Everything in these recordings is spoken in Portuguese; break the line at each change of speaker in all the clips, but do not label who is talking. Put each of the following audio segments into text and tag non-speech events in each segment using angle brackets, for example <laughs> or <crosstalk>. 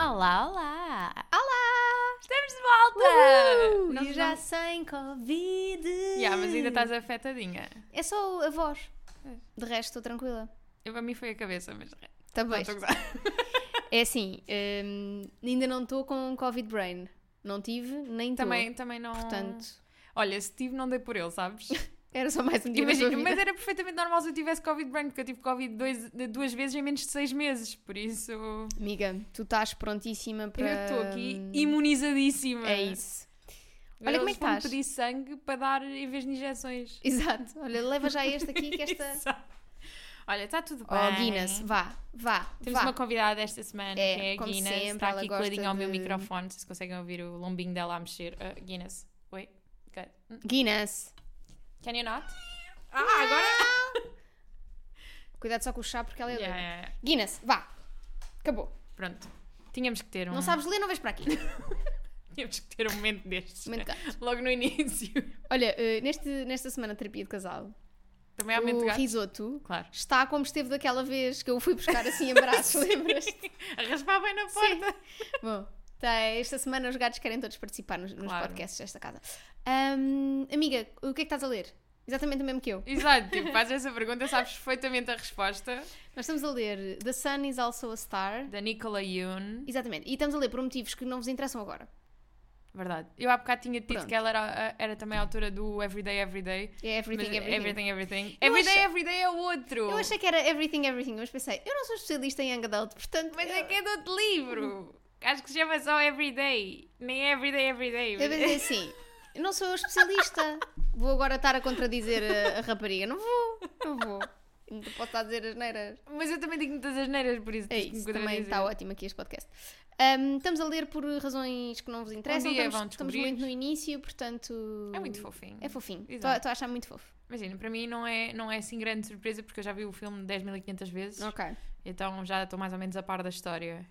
Olá, olá! Olá! Estamos de volta!
Uhul!
Nós
e já
vamos-
sem Covid.
Yeah, mas ainda estás afetadinha.
É só a voz. De resto, estou tranquila.
Eu, para mim foi a cabeça, mas. Não
Também.
estou a gozar.
É assim, hum, ainda não estou com Covid brain. Não tive, nem tô.
Também, também não.
Portanto,
Olha, se tive, não dei por ele,
<laughs>
sabes?
era só mais um dia da
Imagina,
sua vida.
mas era perfeitamente normal se eu tivesse Covid brain, porque eu tive Covid dois, de- duas vezes em menos de seis meses. Por isso.
Amiga, tu estás prontíssima para...
Eu estou aqui imunizadíssima.
É isso. Olha como é
Eles
que
vão-me
estás.
pedir sangue para dar em vez de injeções.
Exato. Olha, leva já este aqui
<laughs>
que esta...
Exato. Olha, está tudo bem.
Oh, Guinness, vá, vá,
Temos
vá.
uma convidada esta semana,
É,
que é a
como
Guinness.
sempre,
está
ela
aqui
gosta
coladinha ao meu
de-
microfone, se conseguem ouvir o lombinho dela a mexer. Uh, Guinness, wait, good.
Guinness.
Can you not? Ah, agora...
<laughs> Cuidado só com o chá porque ela é
Yeah,
doida.
yeah, yeah.
Guinness, vá. Acabou.
Pronto, tínhamos que ter um...
Não sabes ler, não vais para aqui.
<laughs> Tínhamos que ter um momento destes.
Momento gato.
<laughs> Logo no início.
Olha, eh, neste, nesta semana de terapia de casal,
Também há momento
o
gato.
risoto
Claro.
está como esteve daquela vez que eu o fui buscar assim
<laughs>
em braços, <laughs> lembras-te?
A raspar bem na porta.
Bom, tá, esta semana os gatos querem todos participar nos, nos
Claro.
podcasts desta casa. Ahm, amiga, o que é que estás a ler? Exatamente o mesmo que eu.
Exato, tipo, fazes essa pergunta, sabes perfeitamente a resposta.
Nós estamos a ler The Sun is Also a Star.
Da Nicola Yoon.
Exatamente. E estamos a ler por motivos que não vos interessam agora.
Verdade. Eu há bocado tinha dito
Pronto.
que ela era, era também a autora do Everyday Everyday.
É
Mas
Everything, Everything.
Everything, everything.
Eu
Everyday,
achei-
everyday é o outro.
Eu achei que era Everything, Everything, mas pensei, eu não sou especialista em Young Adult, portanto...
Mas
eu-
é que é de outro livro. Hum. Acho que se chama só Everyday. Nem é Everyday, everyday.
Eu pensei assim, eu não sou especialista. Vou agora estar a contradizer a, a rapariga. Não vou, não vou. Não te posso estar a dizer as neiras.
Mas eu também digo muitas asneiras, por isso
É
tens que me
isso, também
contradizer.
está ótimo aqui este podcast. Ahm, estamos a ler por razões que não vos interessam.
Um dia
estamos,
vão
estamos
descobrir.
muito no início, portanto.
É muito fofinho.
É fofinho. Estou
Exato.
a achar muito fofo.
Imagina, para mim não é, não é assim grande surpresa porque eu já vi o filme 10.500 vezes.
Ok.
Então já estou mais ou menos a par da história.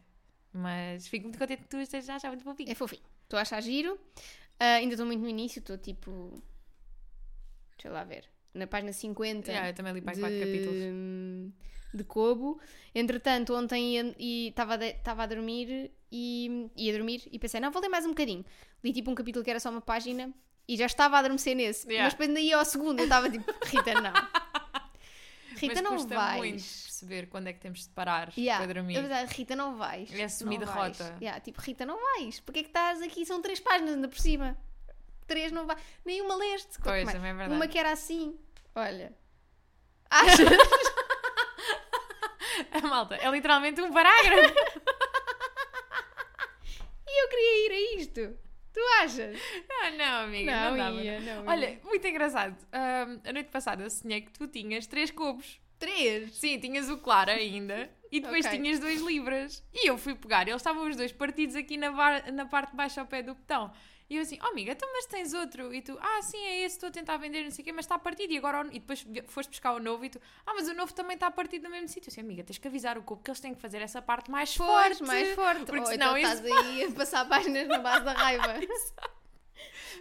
Mas fico muito contente que tu estejas a achar muito fofinho.
É fofinho. Estou a achar giro. Ah, ainda estou muito no início, estou tipo. Deixa eu lá ver. Na página 50.
Yeah, eu também li para aí quatro capítulos.
de Kobo. Entretanto, ontem ia- e estava a de- estava a dormir e ia dormir e pensei, não, vou ler mais um bocadinho. Li tipo um capítulo que era só uma página e já estava a adormecer nesse.
Yeah.
Mas depois ainda ia ao segundo, eu
<laughs>
estava tipo, Rita, não. Rita,
Mas
não
custa
vais.
muito perceber quando é que temos de parar
Yeah. é
para dormir.
Eu pensava, Rita, não vais.
É assumir
não
derrota.
vais." Yeah, tipo, Rita, não vais. Porquê é que estás aqui? São três páginas ainda por cima. Três não vais. Nenhuma leste. Quanto
Pois,
mais.
também é verdade.
Uma que era assim. Olha.
<laughs>
Achas?
A <laughs> malta, é literalmente um parágrafo.
E eu queria ir a isto. Tu achas?
ah, não, amiga, não, dava.
não
Olha, muito engraçado. Ahm, a noite passada eu sonhei que tu tinhas três cubos.
três.
Sim, tinhas o claro ainda. E depois
Ok.
tinhas dois libras. E eu fui pegar, eles estavam os dois partidos aqui na, bar- na parte de baixo ao pé do botão. E eu assim, oh amiga, então mas tens outro? E tu, ah sim, é esse, estou a tentar vender, não sei o quê, mas está partido. E agora, o- e depois vi- foste buscar o novo e tu, ah, mas o novo também está partido no mesmo sítio. Eu assim, amiga, tens que avisar o cubo que eles têm que fazer essa parte mais
Forte,
forte.
mais forte.
Porque
Ou
senão
então
isso
estás <laughs> aí a passar páginas na base da raiva.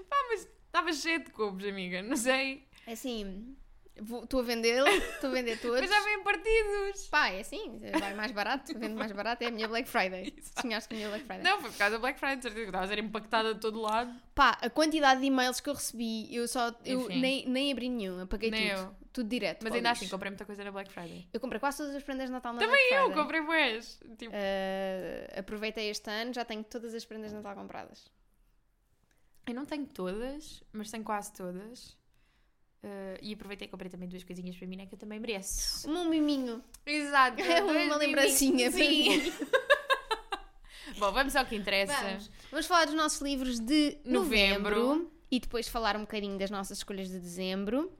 Pá, mas estava cheio de cubos, amiga, não sei.
É assim, vou- estou a vendê-lo, estou a <laughs> vender todos.
Mas já vêm partidos.
Pá, é assim, vai mais barato, vendo mais barato, é a minha Black <laughs> Friday. Sonhaste com a minha Black Friday.
Não, foi por causa do Black Friday, de certeza que estava a ser impactada de todo lado.
Pá, a quantidade de e-mails que eu recebi, eu só, eu
Enfim.
nem, nem abri nenhum, apaguei
Nem
tudo. Tudo direto.
Mas
para o
ainda
lixo.
assim, comprei muita coisa na Black Friday.
Eu comprei quase todas as prendas de Natal na
Também
Black
eu,
Friday.
comprei boés. Tipo,
Ah, aproveitei este ano, já tenho todas as prendas de Natal compradas.
eu não tenho todas, mas tenho quase todas. Ah, e aproveitei e comprei também duas coisinhas para mim, né, que eu também mereço.
Um miminho.
Exato.
<laughs> É uma
dois
lembrancinha para
miminhos. Sim. <laughs> Bom, vamos ao que interessa.
Vamos. Vamos falar dos nossos livros de
Novembro.
novembro, e depois falar um bocadinho das nossas escolhas de dezembro.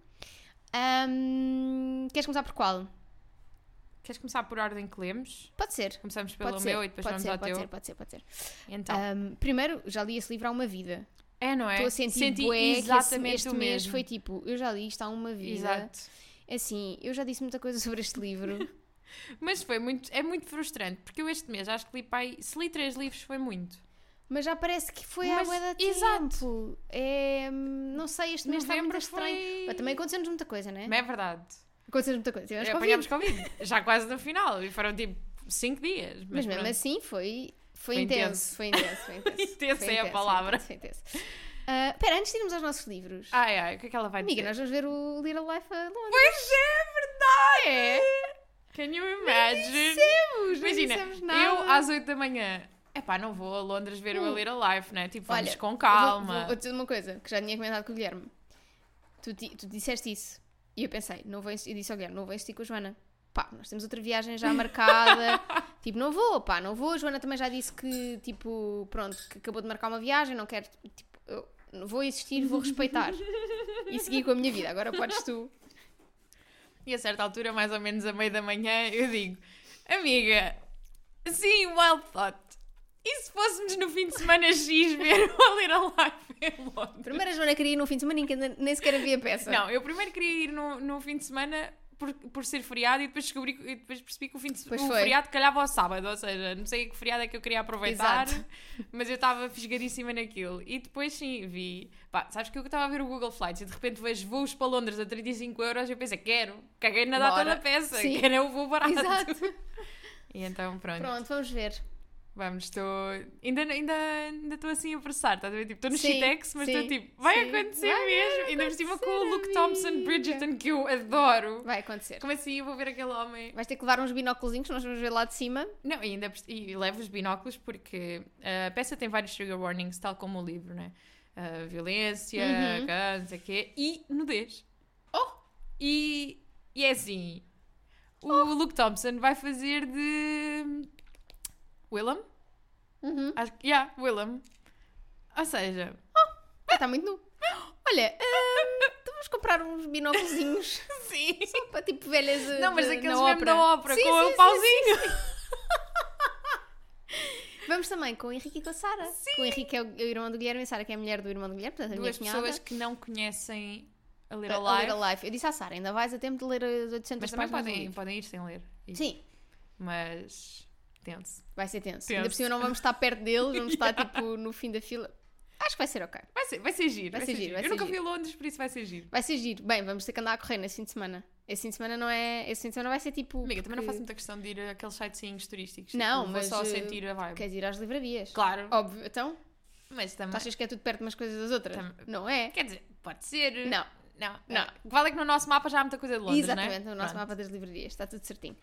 Ahm, queres começar por qual?
Queres começar por ordem que lemos?
Pode ser.
Começamos pelo
pode
meu
ser.
e depois
pode
vamos
ser,
ao
pode
teu.
Ser, pode ser, pode ser.
Então,
Ahm, primeiro, já li esse livro há uma vida.
é, não é?
Estou a sentir
Senti
bué que esse-
exatamente
este
o
mês
mesmo.
foi tipo, eu já li isto há uma vida.
Exato.
Assim, eu já disse muita coisa sobre este livro.
Mas foi muito, é muito frustrante, porque eu este mês acho que li pai, se li três livros foi muito.
Mas já parece que foi há
Mas-
bué de
exato.
tempo. É, hum, não sei, este mês está muito
Novembro
estranho.
foi-
Mas também aconteceu-nos muita coisa, né?
Não é verdade.
Aconteceu-nos muita coisa. Tivemos
É,
Covid.
Apanhámos Covid, já quase no final, e foram tipo cinco dias.
Mas
Mas,
mesmo
pronto.
assim foi Foi
Foi
intenso,
intenso.
foi intenso,
<laughs>
foi intenso.
Intenso
Foi
é a
intenso, foi
palavra.
intenso, foi intenso. Ah, Espera, antes de irmos aos nossos livros.
Ai, ai, o que é que ela vai
Amiga,
dizer?
nós vamos ver o Little Life a Londres.
Pois é, verdade! Can you imagine?
Dissemos, não
é. Imagina,
dissemos
eu
nada.
às 8 da manhã, epá, não vou a Londres ver o A Little Life, né? Tipo, vamos
Olha,
com
Vou,
calma.
vou, vou dizer uma coisa que já tinha comentado com o Guilherme. Tu, ti- tu disseste isso. E eu pensei, não vou insistir, eu disse ao Guilherme, não vou insistir com a Joana. Pá, nós temos outra viagem já
<laughs>
marcada. tipo, não vou, pá, não vou. A Joana também já disse que, tipo, pronto, que acabou de marcar uma viagem, não quero. Tipo, eu não vou insistir,
<laughs>
vou respeitar. e seguir com a minha vida. Agora podes tu.
E a certa altura, mais ou menos a meio da manhã, eu digo, amiga, sim, wild thought. E se fôssemos no fim de semana X ver o A Little Life em Londres?
Primeiro a Joana queria ir no fim de semana em que ainda nem sequer havia peça.
Não, eu primeiro queria ir no, no fim de semana por, por ser feriado e depois, descobri, que- e depois percebi que o, fim de,
Pois
o
foi.
feriado calhava ao sábado, ou seja, não sei que feriado é que eu queria aproveitar,
Exato.
<laughs> mas eu estava fisgadíssima naquilo. E depois sim, vi. Pá, sabes que eu estava a ver o Google Flights e de repente vejo voos para Londres a 35 euros e eu pensei, quero, caguei na data
Bora.
da peça,
Sim.
quero eu vou barato.
Exato.
<laughs> E então pronto,
Pronto, vamos ver.
vamos, estou. Ainda estou ainda, ainda estou assim a apressar, estás a ver? Tipo, estou no
Sim,
Shitex, mas estou
sim,
tipo, vai
sim.
acontecer
Vai
mesmo. Ainda por cima com o
acontecer,
Luke Thompson
amiga.
Bridgerton que eu adoro.
Vai acontecer.
Como assim? Eu vou ver aquele homem.
Vais ter que levar uns binóculos, nós vamos ver lá de cima.
Não, e ainda pres- e levo os binóculos porque uh, a peça tem vários trigger warnings, tal como o livro, né? Uh, violência,
Uhum.
câncer, não sei o quê, e nudez. Oh! E, e é assim: o
Oh!
Luke Thompson vai fazer de. Willem?
Uhum.
Acho que. Yeah, Willem. Ou seja,
Ah, está muito nu. Olha, ah, então vamos comprar uns binóculos
<laughs> sim!
para tipo velhas. ah,
Não, mas
de-
aqueles
na
mesmo da ópera,
Sim,
com
sim,
o
sim,
pauzinho.
sim. Vamos também com o Henrique e com a Sara. O Henrique é o, é o irmão do Guilherme e a Sara, que é a mulher do irmão do Guilherme, portanto, a
Duas
minha cunhada.
pessoas que não conhecem a
A-
Little
a ler
Life,
a live. Eu disse à Sara, ainda vais a tempo de ler as 800
mas também
páginas do
podem,
livro.
podem ir sem ler. E-
Sim,
mas tenso.
vai ser tenso.
Tenso.
Ainda por cima não vamos estar perto deles,
<laughs>
vamos estar tipo no fim da fila. Acho que vai ser ok.
Vai ser, vai ser giro.
Vai ser giro, vai
Eu
ser
nunca
giro.
fui a Londres, por isso vai ser giro.
Vai ser giro. Bem, vamos ter que andar a correr nesse fim de semana. Esse fim de semana não é. Esse fim de semana vai ser tipo.
Amiga, também não
porque
faço muita questão de ir àqueles sightseeings turísticos.
Não,
tipo,
mas,
Vou só
eh,
sentir a vibe.
Queres ir às livrarias?
Claro.
Óbvio, então.
Mas também.
Tu achas que é tudo perto umas coisas das outras?
Tam-
Não é?
Quer dizer, pode ser.
Não.
Não.
Não.
É. O que Vale é que no nosso mapa já há muita coisa de Londres,
Exatamente,
né?
no nosso
Pronto.
mapa das livrarias, está tudo certinho.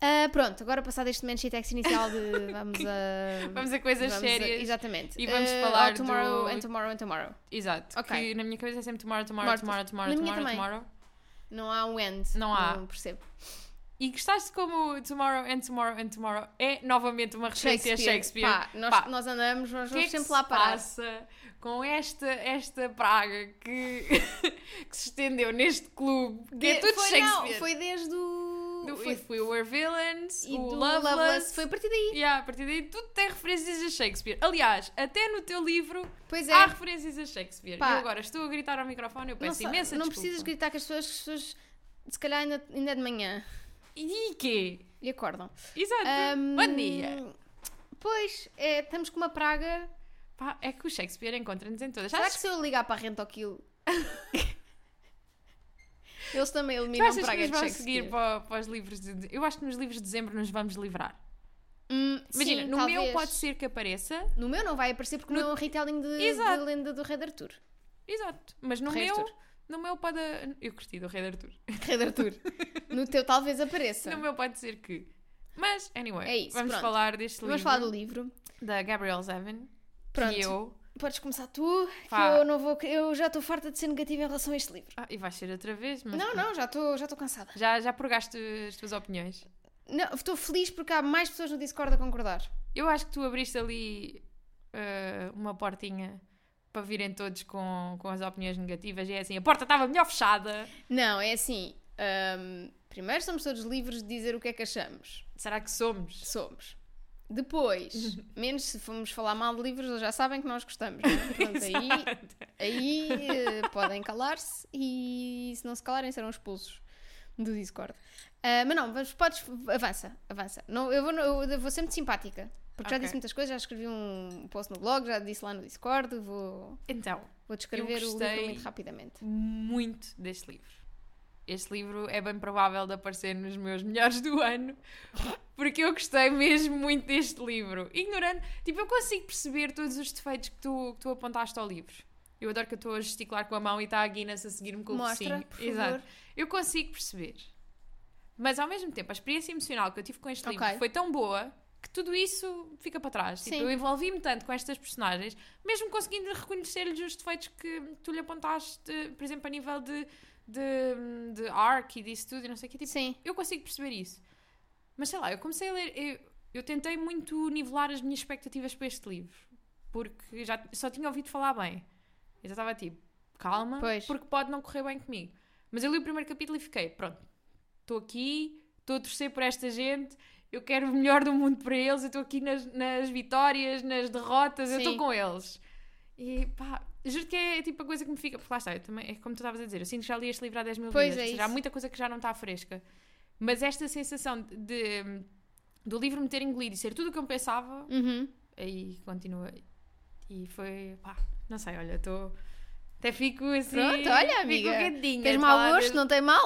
Ah, pronto, agora passado este Manchitex inicial
<laughs>
de vamos a.
Vamos a coisas
vamos a-
sérias.
exatamente.
E vamos
Ah,
falar
oh, tomorrow
do-
and tomorrow and tomorrow.
Exato.
Ok.
Que na minha cabeça é sempre tomorrow, tomorrow,
Morto.
tomorrow, tomorrow,
Na minha
tomorrow,
também.
tomorrow.
Não há um end.
Não há.
Não percebo.
E gostaste como o Tomorrow and Tomorrow and Tomorrow é novamente uma referência a Shakespeare.
Pá, nós,
Pá.
nós andamos, nós
O que é
vamos
que
sempre
se
lá parar.
passa com esta, esta praga que, <laughs> que se estendeu neste clube? Que é
De-
tudo
foi, não,
Shakespeare.
foi desde o.
do
foi-
If We Were Villains,
e
o
do
Loveless.
Foi a partir daí.
Yeah, a partir daí tudo tem referências a Shakespeare. Aliás, até no teu livro
Pois é.
há referências a Shakespeare.
Pá.
Eu agora estou a gritar ao microfone, eu
não
peço
sa-
imensa
não
desculpa.
precisas gritar que as pessoas, as pessoas se calhar ainda, ainda é de manhã.
E quê?
E acordam.
Exato.
Ahm,
Bom dia.
Pois, é, estamos com uma praga.
Pá, é que o Shakespeare encontra-nos em todas.
Será
Achas
que se eu ligar para a renta
<laughs>
ao quilo? Eles também
Tu
eliminam
achas que
um praga
nos
de
vão
Shakespeare.
seguir para, para os livros de... Eu acho que nos livros de dezembro nos vamos livrar.
Hum,
Imagina,
sim,
no meu
talvez.
pode ser que apareça.
No meu não vai aparecer porque o meu é um retelling de, da
Exato.
lenda do Rei
<laughs>
de Arthur.
Exato. Mas no
Rei
meu...
Arthur.
No meu pode... Eu curti do Rei de Arthur.
Rei de Arthur. No teu talvez apareça.
No meu pode ser que... Mas, anyway.
Tá. É isso,
vamos
pronto.
falar deste
Vamos
livro.
falar do livro.
Da Gabrielle Zevin.
Pronto.
E eu...
Podes começar tu, que
Pá.
eu não vou. Eu já estou farta de ser negativa em relação a este livro.
Ah, e vais ser outra vez, mas...
Não, não, já estou já estou cansada.
Já, já purgaste as tuas opiniões.
Não, estou feliz porque há mais pessoas no Discord a concordar.
Eu acho que tu abriste ali eh, uma portinha para virem todos com, com as opiniões negativas. E é assim, a porta estava melhor fechada.
Não, é assim. hum, primeiro somos todos livres de dizer o que é que achamos.
Será que somos?
Somos.
<laughs>
Depois, menos se formos falar mal de livros, eles já sabem que nós gostamos. não
<laughs>
é? Pronto, aí,
Exato.
aí eh, podem calar-se e se não se calarem serão expulsos do Discord. Ah, mas não, mas podes, avança, avança. Não, eu, vou, eu vou sempre simpática, porque já
Ok.
disse muitas coisas, já escrevi um post no blog, já disse lá no Discord, vou,
Então,
vou descrever o livro
gostei.
muito rapidamente.
muito deste livro. este livro é bem provável de aparecer nos meus melhores do ano, porque eu gostei mesmo muito deste livro. Ignorando, tipo, eu consigo perceber todos os defeitos que tu, que tu apontaste ao livro. Eu adoro que eu estou a gesticular com a mão e está a Guinness a seguir-me com o
Mostra,
focinho.
por
Exato.
favor.
Eu consigo perceber. Mas ao mesmo tempo, a experiência emocional que eu tive com este
Ok.
livro foi tão boa que tudo isso fica para trás. Tipo,
Sim.
eu envolvi-me tanto com estas personagens, mesmo conseguindo reconhecer-lhes os defeitos que tu lhe apontaste, por exemplo, a nível de, de, de arc e disso tudo e não sei o que. Tipo,
Sim.
eu consigo perceber isso. Mas sei lá, eu comecei a ler. Eu, eu tentei muito nivelar as minhas expectativas para este livro. Porque já só tinha ouvido falar bem. Eu já estava tipo, calma,
Pois.
porque pode não correr bem comigo. Mas eu li o primeiro capítulo e fiquei, pronto, estou aqui, estou a torcer por esta gente, eu quero o melhor do mundo para eles, eu estou aqui nas, nas vitórias, nas derrotas, eu estou
Sim.
com eles. E pá, juro que é tipo a coisa que me fica. Porque lá está, eu também, é como tu estavas a dizer, eu sinto que já li este livro há 10 mil
Pois
vezes,
é
ou seja, há
isso.
muita coisa que já não está fresca. Mas esta sensação de, do livro me ter engolido e ser tudo o que eu pensava,
Uhum.
aí continua. E foi, pá, não sei, olha, estou. Até fico assim.
Pronto, olha,
fico
amiga,
quietinha
Tens
de
mau
falar
gosto,
deste-
não
<laughs>
tem mal?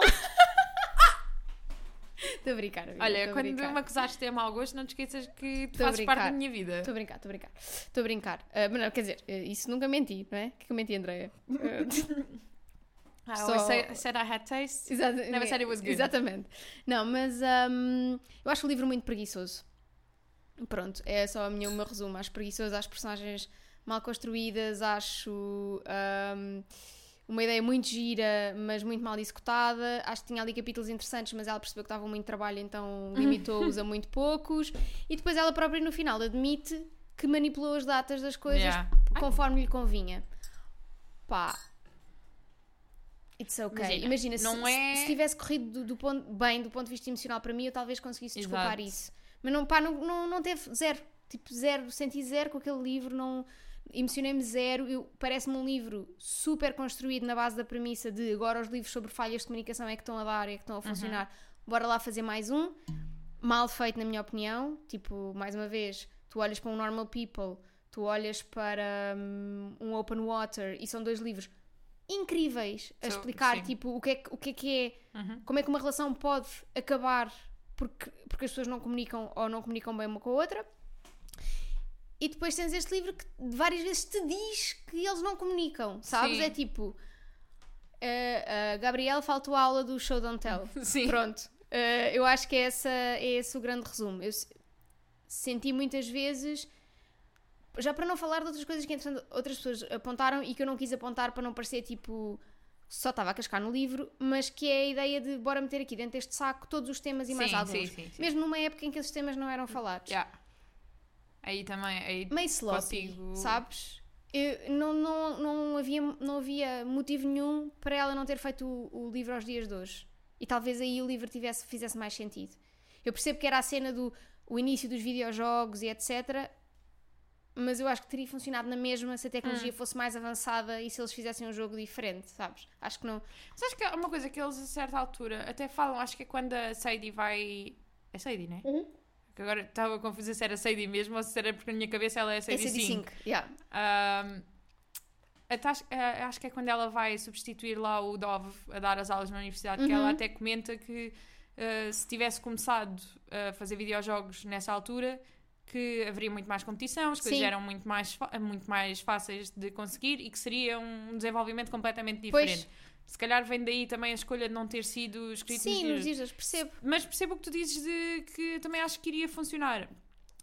Estou a brincar, amiga.
Olha,
estou a
quando
brincar.
me acusaste de ter mau gosto, não te esqueças que tu
Tô a
fazes parte da
brincar.
minha vida.
Estou a brincar, estou a brincar. Estou a brincar. Ah, mas não, quer dizer, eh, isso nunca menti, não é? O que é que eu menti, Andréia?
<laughs> Ah,
Ah,
I
Só-
always say- said I had taste.
Exata-
Never said it was good.
Exatamente. Não, mas ahm, eu acho o livro muito preguiçoso. Pronto, é só a minha, o meu resumo. Acho preguiçoso, acho personagens mal construídas, acho ahm, uma ideia muito gira, mas muito mal executada. Acho que tinha ali capítulos interessantes, mas ela percebeu que estava muito
<laughs>
trabalho, então limitou-os a muito poucos. E depois ela própria, no final, admite que manipulou as datas das coisas
Yeah.
conforme lhe convinha. Pá. It's okay.
Imagina,
Imagina, se,
não
se-
é-
se tivesse corrido do, do ponto, bem do ponto de vista emocional para mim, eu talvez conseguisse
Exato.
desculpar isso. Mas não, pá, não, não, não teve zero. Tipo, zero. Senti zero com aquele livro, não. Emocionei-me zero. Eu- Parece-me um livro super construído na base da premissa de agora os livros sobre falhas de comunicação é que estão a dar, é que
Uhum.
estão a funcionar. Bora lá fazer mais um mal feito, na minha opinião. Tipo, mais uma vez, tu olhas para um Normal People, tu olhas para hum, um Open Water e são dois livros incríveis a
São-
explicar,
sim.
tipo, o que é que, o que, é, que é,
Uhum.
como é que uma relação pode acabar porque, porque as pessoas não comunicam ou não comunicam bem uma com a outra. E depois tens este livro que várias vezes te diz que eles não comunicam, sabes?
Sim.
É tipo, eh, a Gabriel faltou a aula do Show Don't Tell.
<laughs> Sim.
<laughs> Pronto, eh, eu acho que é, essa, é esse o grande resumo. Eu se- senti muitas vezes, já para não falar de outras coisas que entretanto, outras pessoas apontaram e que eu não quis apontar para não parecer tipo só estava a cascar no livro, mas que é a ideia de bora meter aqui dentro deste saco todos os temas e mais
Sim,
alguns.
sim, sim, sim.
Mesmo numa época em que esses temas não eram falados.
Yeah. Aí também, aí
Meio sloppy,
Consigo.
sabes? Eu- não, não, não, havia, não havia motivo nenhum para ela não ter feito o, o livro aos dias de hoje. E talvez aí o livro tivesse, fizesse mais sentido. Eu percebo que era a cena do o início dos videojogos e etc. Mas eu acho que teria funcionado na mesma se a tecnologia
Ah.
fosse mais avançada e se eles fizessem um jogo diferente, sabes? Acho que não.
Sabes que é uma coisa que eles a certa altura até falam, acho que é quando a Sadie vai. É Sadie, né?
Uhum.
Que agora estava confusa se era Sadie mesmo ou se era porque na minha cabeça ela é Sadie
Esse é de
5.
5. Yeah.
Ahm, até acho, ah, acho que é quando ela vai substituir lá o Dove a dar as aulas na universidade, que
Uhum.
ela até comenta que ah, se tivesse começado a fazer videojogos nessa altura, que haveria muito mais competição, as coisas
Sim.
eram muito mais, fa- muito mais fáceis de conseguir e que seria um desenvolvimento completamente
Pois.
diferente. Se calhar vem daí também a escolha de não ter sido escrito
Sim,
nos
nos dias de hoje, percebo.
mas percebo o que tu dizes de que também acho que iria funcionar.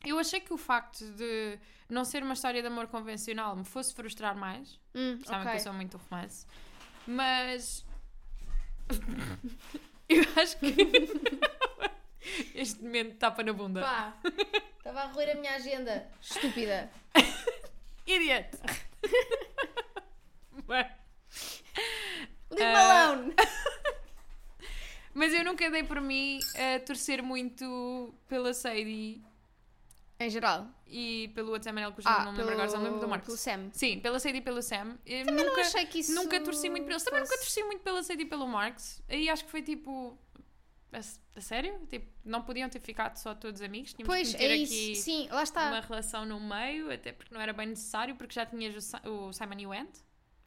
Eu achei que o facto de não ser uma história de amor convencional me fosse frustrar mais.
Hum,
Sabem
ok.
que eu sou muito do romance. Mas. <laughs> eu acho que. <laughs> este momento tapa na bunda.
Pá,
<laughs>
estava a roer a minha agenda. Estúpida.
Idiot! <laughs> Bem,
Leave me
Ah.
alone!
Mas eu nunca dei por mim a torcer muito pela Sadie
Em geral.
e pelo outro amarelo que eu já não me lembro agora, só me lembro do Marcos.
Ah, pelo Sam.
Sim, pela Sadie e pelo Sam. Eu
Também
nunca,
não achei que isso.
nunca torci muito para eles. Também nunca
fosse-
torci muito pela Sadie e pelo Marx. Aí acho que foi tipo. A, s- a sério? Tipo, não podiam ter ficado só todos amigos. Tínhamos
Pois,
que ter
é
aqui
isso. Sim, lá está.
uma relação no meio, até porque não era bem necessário, porque já tinhas o, Sa- o Simon e o Ant.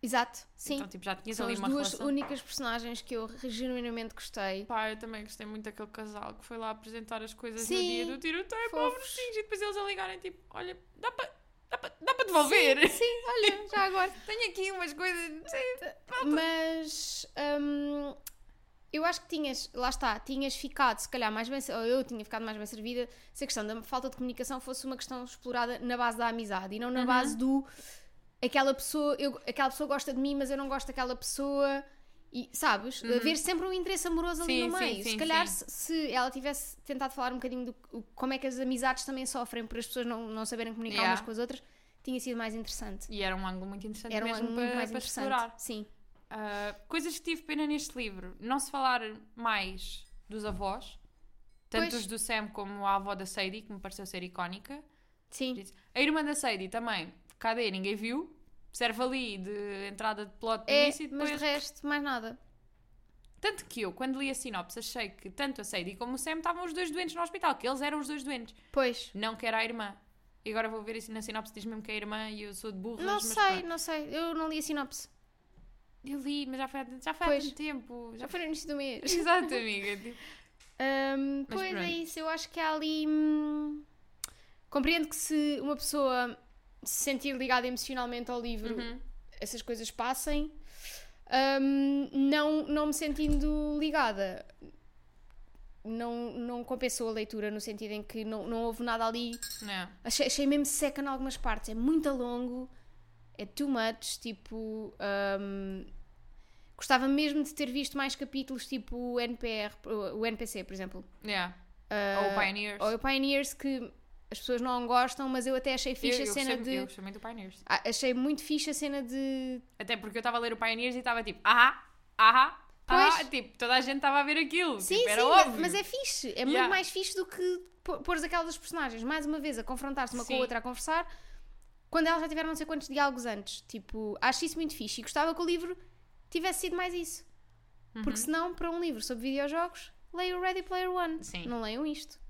Exato, sim.
Então, tipo, já tinhas
São
ali
as
uma
duas
relação.
únicas personagens que eu genuinamente gostei.
Pá, eu também gostei muito daquele casal que foi lá apresentar as coisas no
Sim.
dia do tiroteio para
Fofos.
oferecer e depois eles a ligarem tipo, olha, dá para dá pa, dá pa devolver?
Sim, olha, já agora.
<laughs> Tenho aqui umas coisas... Sim.
Mas hum, eu acho que tinhas, lá está, tinhas ficado se calhar mais bem, ou eu tinha ficado mais bem servida se a questão da falta de comunicação fosse uma questão explorada na base da amizade e não na
Uhum.
base do aquela pessoa, eu, aquela pessoa gosta de mim, mas eu não gosto daquela pessoa. E sabes, haver sempre um interesse amoroso ali
Uhum. Sim,
no
sim,
meio. se
sim,
calhar,
sim.
se- se ela tivesse tentado falar um bocadinho de como é que as amizades também sofrem por as pessoas não, não saberem comunicar
Yeah.
umas com as outras, tinha sido mais interessante.
E era um ângulo muito interessante
Era um
mesmo
ângulo
para,
muito mais
para
interessante.
explorar.
Sim.
Ah, coisas que tive pena neste livro. Não se falar mais dos avós, tanto
Pois.
os do Sam como a avó da Sadie, que me pareceu ser icónica.
Sim.
A irmã da Sadie também, cadê? Ninguém viu. Serve ali de entrada de plot de
É,
início e
mas de
depois...
resto, mais nada.
Tanto que eu, quando li a sinopse, achei que tanto a Sadie como o Sam estavam os dois doentes no hospital, que eles eram os dois doentes,
Pois.
não que era a irmã. E agora vou ver assim na sinopse, diz mesmo que é a irmã e eu sou de burro.
Não sei, não sei. Eu não li a sinopse.
Eu li, mas já foi há, já foi há
Pois.
tanto tempo. Já
Já
foi... <laughs>
foi no início do mês.
Exato, amiga. tipo,
Ahm,
Mas
pois é
pronto.
isso. Eu acho que há ali. hum, Compreendo que se uma pessoa se sentir ligada emocionalmente ao livro,
uhum.
essas coisas passem. Ahm, não, não me sentindo ligada. Não, não compensou a leitura no sentido em que não, não houve nada ali
Não.
Achei, achei mesmo seca em algumas partes. É muito longo, é too much. Tipo, hum, gostava mesmo de ter visto mais capítulos, tipo o NPR, o o NPC, por exemplo.
Yeah. Ou o Pioneers.
Ah, Ou o Pioneers, que as pessoas não gostam, mas eu até achei
eu,
fixe
eu
a cena
gostei,
de.
eu gostei muito do Pioneers.
Ah, Achei muito fixe a cena de.
Até porque eu estava a ler o Pioneers e estava tipo, ahá, ahá, ahá.
Pois.
ah, Tipo, toda a gente estava a ver aquilo.
Sim,
tipo, era
sim,
óbvio.
mas, mas é fixe. É
Yeah.
muito mais fixe do que pô- pôres aquelas personagens, mais uma vez, a confrontar-se uma com a
Sim.
outra, a conversar, quando elas já tiveram não sei quantos diálogos antes. Tipo, acho isso muito fixe e gostava que o livro tivesse sido mais isso.
Uhum.
Porque senão, para um livro sobre videojogos, leio o Ready Player One.
Sim.
Não leiam isto.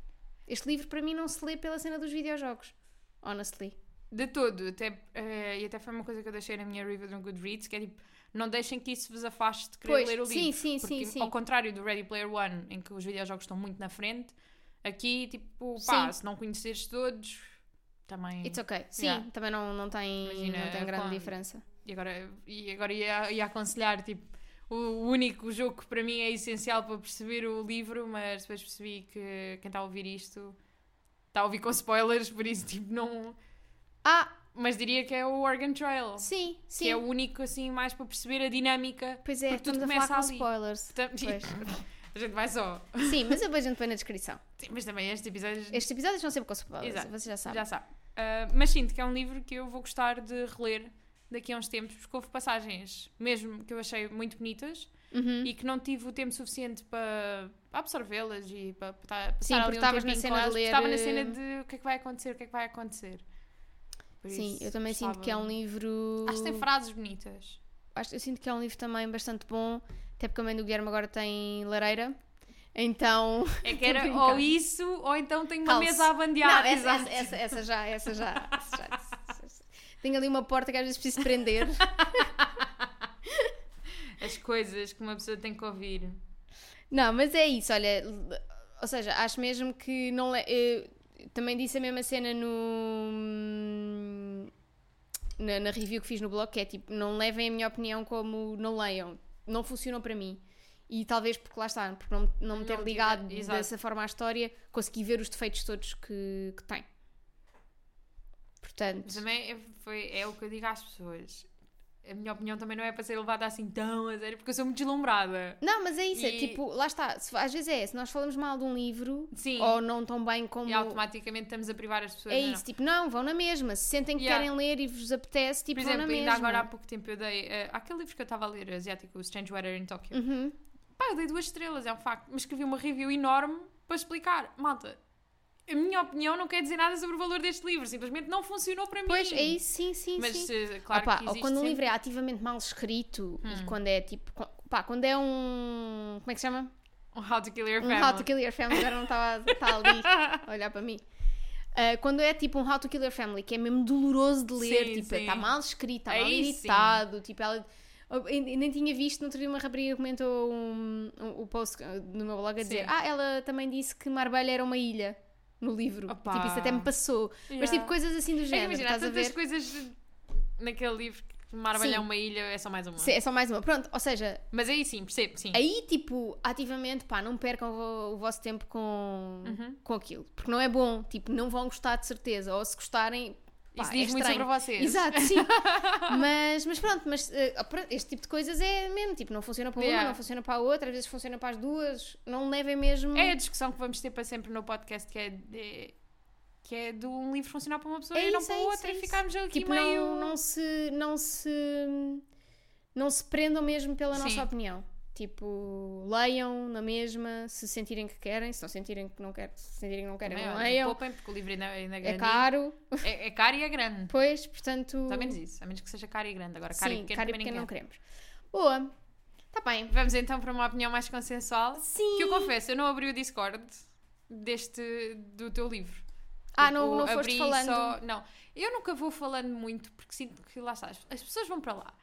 Este livro, para mim, não se lê pela cena dos videojogos. Honestly.
De todo, até, eh, e até foi uma coisa que eu deixei na minha review no Goodreads, que é tipo, não deixem que isso vos afaste de querer
Pois,
ler o livro.
sim, sim,
porque,
sim, sim.
Ao contrário do Ready Player One, em que os videojogos estão muito na frente, aqui, tipo, pá,
Sim.
se não conheceres todos, também...
It's okay. Sim,
Yeah.
também não, não tem,
Imagina,
não tem grande
quando-
diferença.
E agora, e agora ia, ia aconselhar, tipo, o único jogo que para mim é essencial para perceber o livro, mas depois percebi que quem está a ouvir isto está a ouvir com spoilers, por isso, tipo, não...
Ah,
Mas diria que é o Oregon Trail.
sim, sim.
que é o único assim mais para perceber a dinâmica. <laughs>
Pois é,
porque tudo
estamos a
começa
falar com
ali.
spoilers.
Tam- a gente vai só.
Sim, mas eu vejo depois na descrição.
Sim, Mas também estes episódios
Estes episódios são sempre com spoilers,
Exato.
vocês já sabem.
já sabe. Ah, mas sinto que é um livro que eu vou gostar de reler daqui a uns tempos, porque houve passagens mesmo que eu achei muito bonitas
Uhum.
e que não tive o tempo suficiente para para absorvê-las e para, para estar-
Sim,
passar ali
porque
um
estavas na
tempinho
cena
com
de
elas, porque
ler,
Estava na cena
eh,
de o que é que vai acontecer, o que é que vai acontecer. Por
Sim,
isso,
eu também sinto que é um
gostava.
livro.
Acho que tem frases bonitas.
Acho- eu sinto que é um livro também bastante bom, até porque a mãe do Guilherme agora tem lareira.
<laughs>
Então. <laughs>
É que
Estou
era
a brincar.
ou isso, ou então tenho uma
Calço.
mesa a bandear.
Não, essa,
Exato.
essa, essa, essa já, essa já. essa já- essa- essa- Tenho ali uma porta que às vezes
<laughs>
preciso prender. é
as coisas que uma pessoa tem que ouvir.
Não, mas é isso, olha. l- Ou seja, acho mesmo que não. le- eu também disse a mesma cena no. Na, na review que fiz no blog, que é tipo, não levem a minha opinião como não leiam. Não funcionou para mim. E talvez porque lá está, porque não, não me ter
Não tiver-
ligado
exato.
dessa forma à história, consegui ver os defeitos todos que, que tem.
Mas
Portanto,
também é, foi, é o que eu digo às pessoas. A minha opinião também não é para ser levada assim tão a sério, porque eu sou muito deslumbrada.
não, mas é isso, é
E-
tipo, lá está. se- às vezes é, se nós falamos mal de um livro
Sim,
ou não tão bem como
e automaticamente estamos a privar as pessoas.
É
não, não.
isso, tipo, não, vão na mesma. Se sentem que
Yeah.
querem ler e vos apetece, tipo,
Por
vão
exemplo,
na
ainda
mesma.
agora há pouco tempo eu dei. eh, aquele livro que eu estava a ler, asiático, o Strange Weather in Tokyo.
Uhum.
Pá, eu dei duas estrelas, é um facto. Mas escrevi uma review enorme para explicar. Malta, a minha opinião não quer dizer nada sobre o valor deste livro, simplesmente não funcionou para
Pois,
mim.
é isso, sim, sim,
Mas
sim.
se- claro
Opa,
que
ou
existe
quando o
sempre- Hum.
livro é ativamente mal escrito e quando é tipo. co- Pá, quando é um. Como é que se chama?
Um How to Kill Your
<laughs> Um
Family.
tá How to Kill Your Family, agora não estava tá ali a olhar para mim. Ah, quando é tipo um How to Kill Your Family, que é mesmo doloroso de ler,
Sim,
tipo,
sim.
está mal escrito, está mal
Aí sim.
editado, tipo, ela. Eu eu nem tinha visto, no outro dia uma rapariga comentou um, um- o post no meu blog a dizer
Sim.
Ah, ela também disse que Marbella era uma ilha no livro.
Opa.
Tipo, isso até me passou. Mas
Yeah.
tipo, coisas assim do
É que
género,
Imagina, há
estás a
tantas
ver?
coisas naquele livro que Marbalhar
Sim.
uma ilha é só mais uma.
Sim, é só mais uma. Pronto, ou seja,
Mas aí sim, percebo, sim.
aí tipo, ativamente, pá, não percam o, vo- o vosso tempo com,
Uhum.
com aquilo. Porque não é bom, tipo, não vão gostar de certeza. Ou se gostarem. Pá,
Isso
é
diz muito
estranho.
sobre vocês.
Exato,
<laughs>
sim. mas, mas pronto, mas eh, pronto, este tipo de coisas é mesmo, tipo, não funciona para uma,
Yeah.
não funciona para a outra, às vezes funciona para as duas, não levem mesmo.
É a discussão que vamos ter para sempre no podcast, que é de, que é de um livro funcionar para uma pessoa
É
e não
isso,
para
é isso,
outra
é
e
isso.
ficarmos aqui
tipo,
meio...
não, não se. Não se. Não se prendam mesmo pela
Sim.
nossa opinião. Tipo, leiam na mesma, se sentirem que querem, se não sentirem que não querem, se sentirem que não querem,
Também,
não
olha,
leiam.
Poupem, porque o livro ainda, ainda é
É
grande.
caro,
É, é caro e é grande.
pois, portanto.
Pelo menos isso. A menos que seja caro e grande. Agora, caro e
Sim,
pequeno
caro e
também
pequeno não
ninguém.
queremos. Boa. Tá bem.
Vamos então para uma opinião mais consensual.
Sim.
Que eu confesso, eu não abri o Discord deste, do teu livro.
Ah,
Tipo,
não, não foste
abri
falando.
só- Não, eu nunca vou falando muito porque sinto que lá estás. As pessoas vão para lá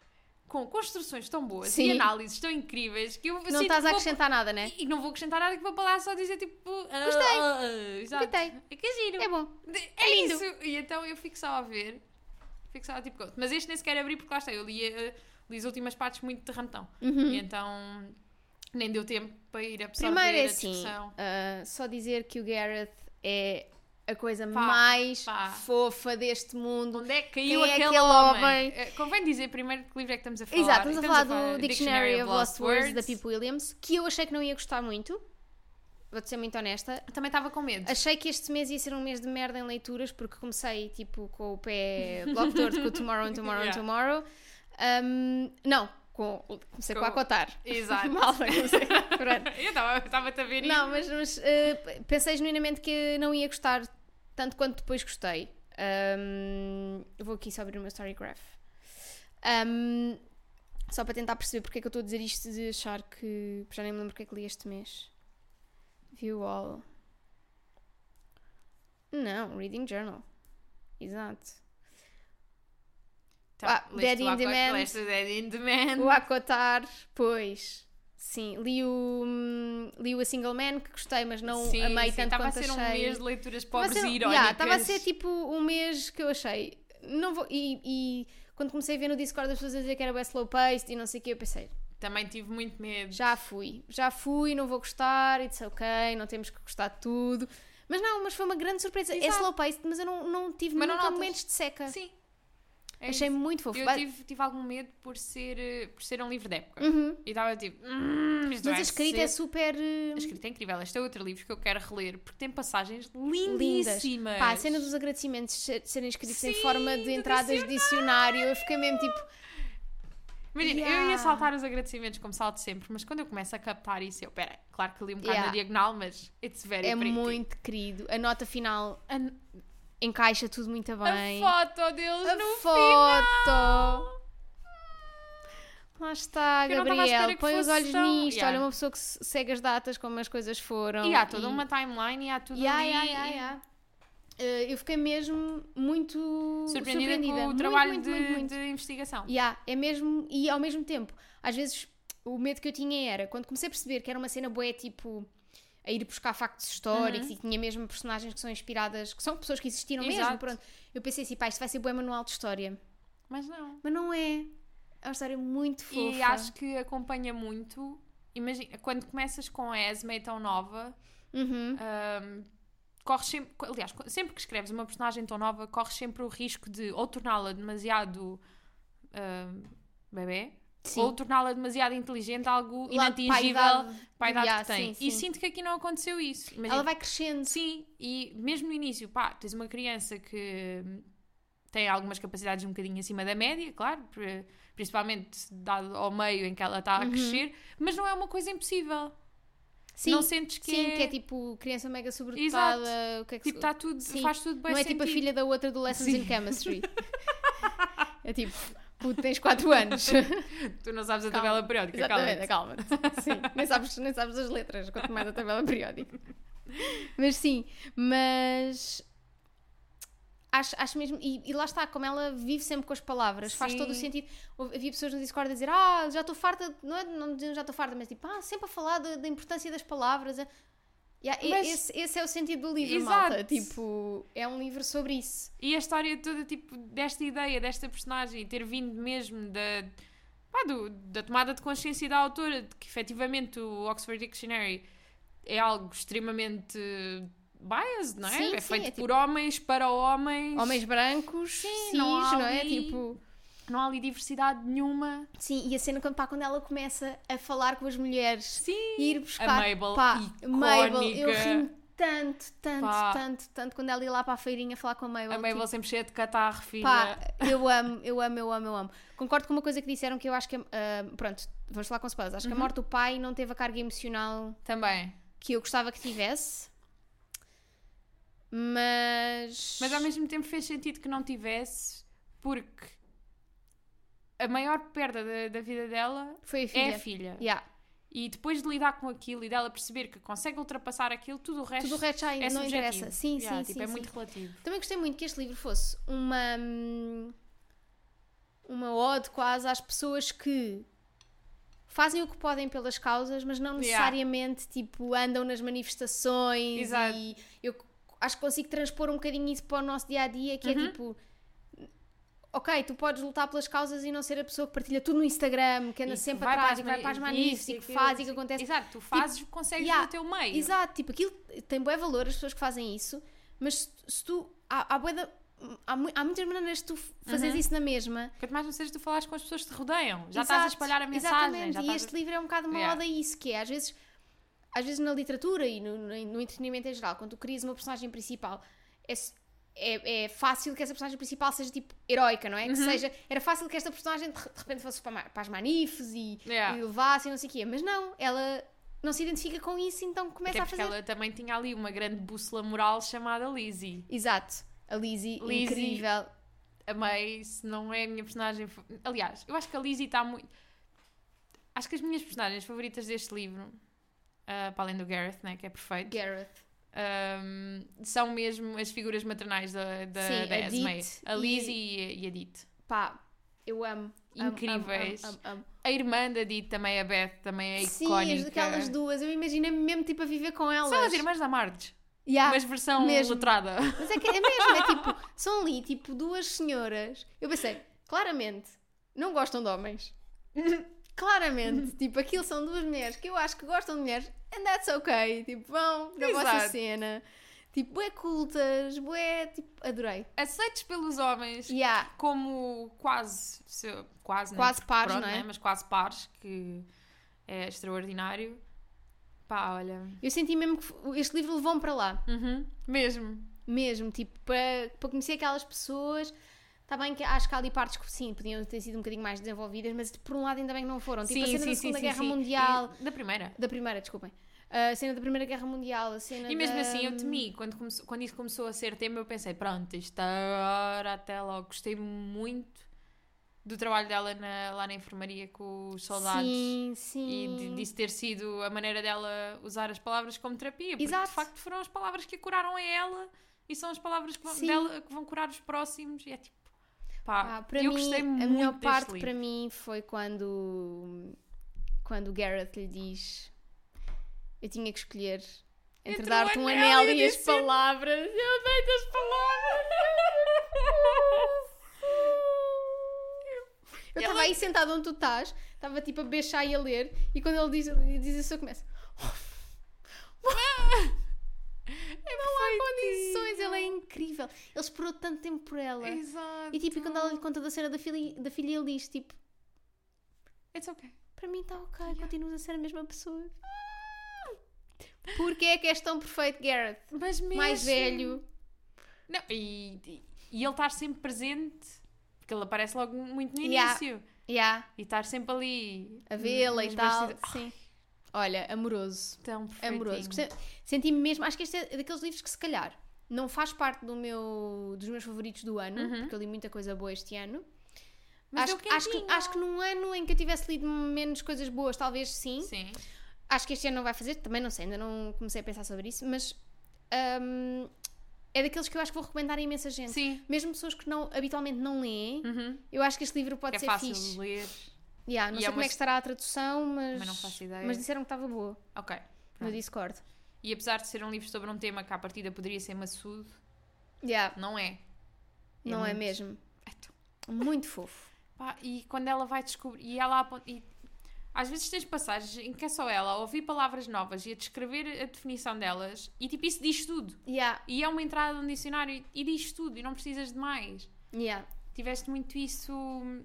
com construções tão boas
Sim.
e análises tão incríveis que eu
Não
sinto
estás
que
a
vou-
acrescentar nada, né?
E não vou acrescentar nada que vou para lá só dizer tipo. Gostei! exato.
Gostei.
É que é giro.
É bom.
De-
É
É,
lindo.
isso. E então eu fico só a ver. Fico só a tipo. gosto. Mas este nem sequer abri porque lá está. Eu li, eh, li as últimas partes muito de rantão.
Uhum.
E então nem deu tempo para ir absorver
Primeiro é
a
assim,
discussão.
ah, só dizer que o Gareth é a coisa
Pá,
mais
pá.
fofa deste mundo.
Onde é que caiu
Quem é
aquele,
aquele
homem?
homem?
Eh, Convém dizer primeiro de que livro é que estamos a falar.
Exato, estamos a falar do
do
Dictionary, of Lost Words, da Pip Williams, que eu achei que não ia gostar muito. Vou-te ser muito honesta.
Também estava com medo.
Achei que este mês ia ser um mês de merda em leituras, porque comecei tipo com o pé bloco torto com o Tomorrow and Tomorrow and
Yeah.
Tomorrow. Ahm, não, com- comecei com,
Com-
a Cotar.
<laughs>
<laughs>
Exato.
Mal, comecei. Pronto.
eu estava- estava-te a ver
Não, mas, mas, uh, pensei genuinamente que não ia gostar tanto quanto depois gostei. Um, eu vou aqui só abrir o meu story graph. Um, só para tentar perceber porque é que eu estou a dizer isto de achar que. Já nem me lembro o que é que li este mês. View all. Não, Reading Journal. Exato.
Então,
Ah,
leste
Dead
o
in
Aqua-
Demand.
leste o Dead in Demand.
O Acotar, pois. Sim, li o, hum, li o A Single Man, que gostei, mas não
Sim,
amei
sim,
tanto
Estava a
quanto
ser um
achei.
mês de leituras
Tava a
pobres
ser- um-
e
yeah,
irónicas.
tava a ser tipo um mês que eu achei. Não vou, e, e quando comecei a ver no Discord as pessoas a dizer que era bem slow paced e não sei o que, eu pensei,
Também tive muito medo.
já fui, já fui, não vou gostar, it's ok, não temos que gostar de tudo. Mas não, mas foi uma grande surpresa. É
Exato.
slow paced, mas eu não, não tive
Mas não
nunca
notas.
momentos de seca.
Sim. É
achei
isso.
muito fofo.
Eu
Ba-
tive, tive algum medo por ser, eh, por ser um livro de época.
Uhum.
E estava tipo. "Hum, isto
Mas
vai
a escrita
ser-
é super. eh,
A escrita é incrível. Este é outro livro que eu quero reler porque tem passagens
lindas.
lindíssimas.
Pá, a cena dos agradecimentos ser- serem escritos em
Sim,
forma de
do
entradas de dicionário, eu fiquei mesmo tipo.
Imagina, eu
Yeah.
ia saltar os agradecimentos como salto sempre, mas quando eu começo a captar isso, eu, pera, claro que li um bocado
Yeah.
na diagonal, mas it's very
É
pretty.
muito querido. A nota final
A,
encaixa tudo muito
a
bem.
foto deles
A
no
foto. Lá está,
Eu não tava à espera
Gabriel.
que
Põe os
fosse
olhos
tão-
nisto.
Yeah.
Olha, uma pessoa que se- segue as datas como as coisas foram.
E há toda uma timeline e há tudo
Yeah,
ali.
yeah, yeah, yeah. Eh, eu fiquei mesmo muito
uh, Surpreendida,
surpreendida,
com o
Muito,
trabalho
muito,
de,
muito, muito.
de investigação.
Yeah, é mesmo, e ao mesmo tempo, às vezes o medo que eu tinha era, quando comecei a perceber que era uma cena boa, tipo, a ir buscar factos históricos
Uhum.
e que tinha mesmo personagens que são inspiradas, que são pessoas que existiram mesmo,
Exato.
pronto. Eu pensei assim, pá, isto vai ser bué manual de história.
Mas não.
Mas não é. É uma história muito fofa.
E acho que acompanha muito. Imagina, quando começas com a Esme é tão nova,
Uhum.
hum, corres sempre. Aliás, sempre que escreves uma personagem tão nova, corres sempre o risco de ou torná-la demasiado hum, bebê.
Sim.
Ou torná-la demasiado inteligente, algo
Lá de
inatingível
paidade.
para a idade
Yeah,
que tem.
sim,
E
sim.
sinto que aqui não aconteceu isso. Imagina,
Ela vai crescendo.
é Sim, e mesmo no início, pá, tens uma criança que hum, tem algumas capacidades um bocadinho acima da média, claro, pri- principalmente dado ao meio em que ela está a
Uhum.
crescer, mas não é uma coisa impossível.
Sim,
não sentes que,
sim,
é,
que é tipo criança mega sobredotada. O que é que
tipo,
se-
tá tudo,
sim.
faz tudo bem
Não é tipo a
sentido.
filha da outra do Lessons
Sim.
in
<laughs>
Chemistry. é tipo, puto, tens 4 anos.
Tu não sabes a
Calma.
tabela periódica,
Exatamente, é
calma.
calma. <laughs> Sim, nem sabes, nem sabes as letras, quanto mais a tabela periódica. Mas sim, mas Acho, acho mesmo, e, e lá está, como ela vive sempre com as palavras, faz
Sim.
todo o sentido. Houve- Havia pessoas no Discord a dizer, ah, já estou farta, não é? Não diziam já estou farta, mas tipo, ah, sempre a falar da, da importância das palavras. É- Yeah, e-
Mas-
esse, esse é o sentido do livro,
Exato.
malta. Tipo, é um livro sobre isso.
E a história toda, tipo, desta ideia, desta personagem, ter vindo mesmo da, pá, do- da tomada de consciência da autora, de que efetivamente o Oxford Dictionary é algo extremamente biased, não é?
Sim,
é
sim,
feito
é
por homens, para homens.
Homens brancos, cis,
não
não,
há
é?
ali-
Tipo,
Não há ali diversidade nenhuma.
sim, e a cena quando, pá, quando ela começa a falar com as mulheres
Sim.
e ir buscar.
A Mabel,
pá,
icónica.
Mabel, eu ri tanto, tanto,
Pá.
tanto, tanto quando ela ia lá para a feirinha falar com a Mabel. tipo,
A Mabel sempre cheia de catarro, filha.
Pá, eu amo, eu amo, eu amo, eu amo. Concordo com uma coisa que disseram que eu acho que. ah, pronto, vamos falar com spoilers. Acho que
Uhum.
a morte do pai não teve a carga emocional
Também.
que eu gostava que tivesse. Mas.
Mas ao mesmo tempo fez sentido que não tivesse, porque a maior perda da, da vida dela
Foi a filha.
é a filha.
Yeah.
E depois de lidar com aquilo e dela perceber que consegue ultrapassar aquilo, tudo o resto,
Tudo o resto já
é
não
subjetivo.
interessa. Sim,
Yeah,
sim,
tipo,
sim.
É
sim.
muito relativo.
Também gostei muito que este livro fosse uma. hum, Uma ode quase às pessoas que fazem o que podem pelas causas, mas não necessariamente tipo andam nas manifestações.
Exato.
E eu c- acho que consigo transpor um bocadinho isso para o nosso dia a dia, que
Uhum.
é tipo. Ok, tu podes lutar pelas causas e não ser a pessoa que partilha tudo no Instagram, que anda
E que
sempre
vai para
atrás
as
e que vai
ma-
para as
isso,
manifes e que
aquilo,
faz e que
isso.
acontece. tipo,
Exato, tu fazes, consegues
yeah,
no teu meio.
Exato, tipo, aquilo tem bué valor as pessoas que fazem isso, mas se, se tu. Há, há, bué da- há, mu- há muitas maneiras de tu fazeres isso na mesma.
Quanto mais não sejas tu falares com as pessoas que te rodeiam. Uhum. Já estás a
Exato,
espalhar a mensagem.
Exatamente,
Já
e
estás
este livro é um bocado uma
Yeah.
ode a isso, que é às vezes, às vezes na literatura e no, no, no entretenimento em geral, quando tu crias uma personagem principal, é, s- é, é fácil que essa personagem principal seja tipo heroica, não é? Que
Uhum.
seja, era fácil que esta personagem de re- de repente fosse para, ma- para as manifes e,
Yeah.
e levasse e não sei o quê, mas não, ela não se identifica com isso, então
a...
começa
Até
a
porque é
fazer.
ela também tinha ali uma grande bússola moral chamada Lizzie.
Exato. A Lizzie,
Lizzie.
incrível.
A May, se não é a minha personagem. fa- Aliás, eu acho que a Lizzie está muito. Acho que as minhas personagens favoritas deste livro, ah, para além do Gareth, né, que é perfeito,
Gareth.
ahm, são mesmo as figuras maternais da, da,
Sim,
da
a
Esme.
Dit
A
e-
Lizzie e, e a Dit.
Pá, eu amo. amo,
Incríveis.
Amo, amo, amo, amo.
A irmã da Dit também, a Beth, também é
Sim,
icónica.
as- aquelas duas. Eu imagino mesmo tipo a viver com elas.
São as irmãs da Marge,
Yeah.
mas versão
Ah, mesmo.
letrada. <laughs>
Mas é que é mesmo, é tipo, são ali tipo duas senhoras. Eu pensei, claramente, não gostam de homens. <laughs>
Uhum.
Claramente, tipo, aquilo são duas mulheres que eu acho que gostam de mulheres, and that's ok. Tipo, vão na vossa
Exato.
cena. Tipo, bué cultas, bué, tipo, adorei.
Aceites pelos homens
Yeah,
como quase. se- Quase, não,
quase pares,
pronto,
não é?
né, Mas quase pares, que é extraordinário. Pá, olha.
Eu senti mesmo que f- este livro levou-me para lá.
Uhum, mesmo.
Mesmo, tipo, para, para conhecer aquelas pessoas. Está bem que acho que há ali partes que sim, podiam ter sido um bocadinho mais desenvolvidas, mas por um lado ainda bem que não foram. Tipo, a cena da Segunda Guerra Mundial.
E da primeira.
Da Primeira, desculpem. A cena da Primeira Guerra Mundial, a cena
E mesmo
da-
assim eu
Hum.
temi, quando, começou- quando isso começou a ser tema, eu pensei, pronto, isto agora até logo. Gostei muito do trabalho dela na- lá na enfermaria com os soldados.
Sim,
E
sim.
de- disso ter sido a maneira dela usar as palavras como terapia. Porque
Exato.
de facto foram as palavras que a curaram a ela e são as palavras que vão,
Sim.
dela que vão curar os próximos. E é tipo, pá,
Ah, para
eu
mim,
gostei muito
a melhor
deste
parte
livro.
para mim foi quando quando o Gareth lhe diz eu tinha que escolher entre,
Entre o
dar-te um
anel
anel,
e
e as
dizer-
palavras. Eu dei-te as palavras. Eu estava
Ela-
aí sentada onde tu estás, estava tipo a beixar e a ler, e quando ele diz, ele diz isso, eu começo.
É perfeitinho.
Condições, ela é incrível. Ele esperou tanto tempo por ela.
Exato.
E tipo, e quando ela lhe conta da cena da filha, da filha ele diz tipo.
It's okay.
Para mim está ok, continuas a ser a mesma pessoa. Porque é que és tão perfeito, Gareth?
Mas mesmo...
Mais velho.
Não, e, e- e ele estar sempre presente, porque ele aparece logo muito no
Yeah.
início.
Yeah,
E estar sempre ali...
a vê-la
nos
e tal.
bastidores.
Sim. Olha, amoroso.
Tão
Amoroso.
assim, perfeitinho.
Gostei- Senti-me mesmo. Acho que este é daqueles livros que se calhar não faz parte do meu, dos meus favoritos do ano,
Uhum.
porque eu li muita coisa boa este ano.
Mas
acho,
deu
acho, que,
quentinho.
acho que num ano em que eu tivesse lido menos coisas boas, talvez sim.
Sim.
Acho que este ano não vai fazer, também não sei, ainda não comecei a pensar sobre isso, mas hum, é daqueles que eu acho que vou recomendar a imensa gente.
Sim.
Mesmo pessoas que não, habitualmente não leem,
Uhum.
eu acho que este livro pode
É
ser
fácil de
fixe.
ler.
Yeah, não
E
sei
é
como
uma
é que estará a tradução, mas,
Mas não faço ideia. Ah.
mas disseram que estava boa
Ok.
no
Pronto.
Discord.
E apesar de ser um livro sobre um tema que à partida poderia ser maçudo,
Yeah,
não é. É
não é
muito.
mesmo?
Ai, tu-
Muito fofo.
pá, e quando ela vai descobrir. E ela apon- e Às vezes tens passagens em que é só ela a ouvir palavras novas e a descrever a definição delas, e tipo, isso diz tudo.
Yeah,
E é uma entrada num dicionário e- e diz tudo, e não precisas de mais.
yeah.
Tiveste muito isso. hum,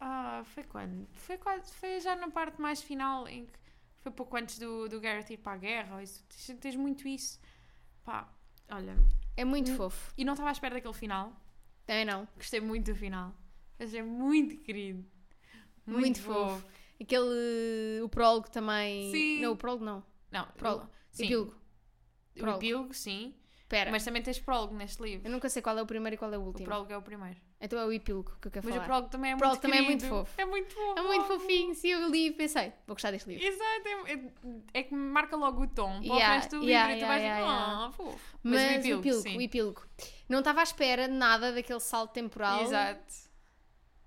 Ah, foi quando? Foi quase. Foi já na parte mais final em que foi pouco antes do, do Garrett ir para a guerra. ou Isso, tens, tens muito isso. Pá, olha.
É muito
Hum.
fofo.
E não estava à espera daquele final.
Também não.
Gostei muito do final. Achei muito querido.
Muito, fofo. Aquele. eh, O prólogo também.
Sim.
Não, o prólogo não.
Não,
Prólogo.
Sim,
Epílogo.
o
Prólogo.
epílogo, sim.
Pera.
Mas também tens prólogo neste livro.
Eu nunca sei qual é o primeiro e qual é o
O
último.
prólogo é o primeiro.
Então é o epílogo que eu quero
Mas o
falar.
prólogo também é
O prólogo
muito
também é muito
querido.
fofo.
É muito fofo.
É muito fofinho. Sim, eu li e pensei, vou gostar deste livro.
Exato, é, é- é que marca logo o tom para
Yeah,
o resto do
yeah,
livro e
yeah,
tu vais
yeah,
ah,
yeah.
fofo.
Mas,
o
o, epílogo,
sim.
o epílogo. Não estava à espera de nada daquele salto temporal.
Exato.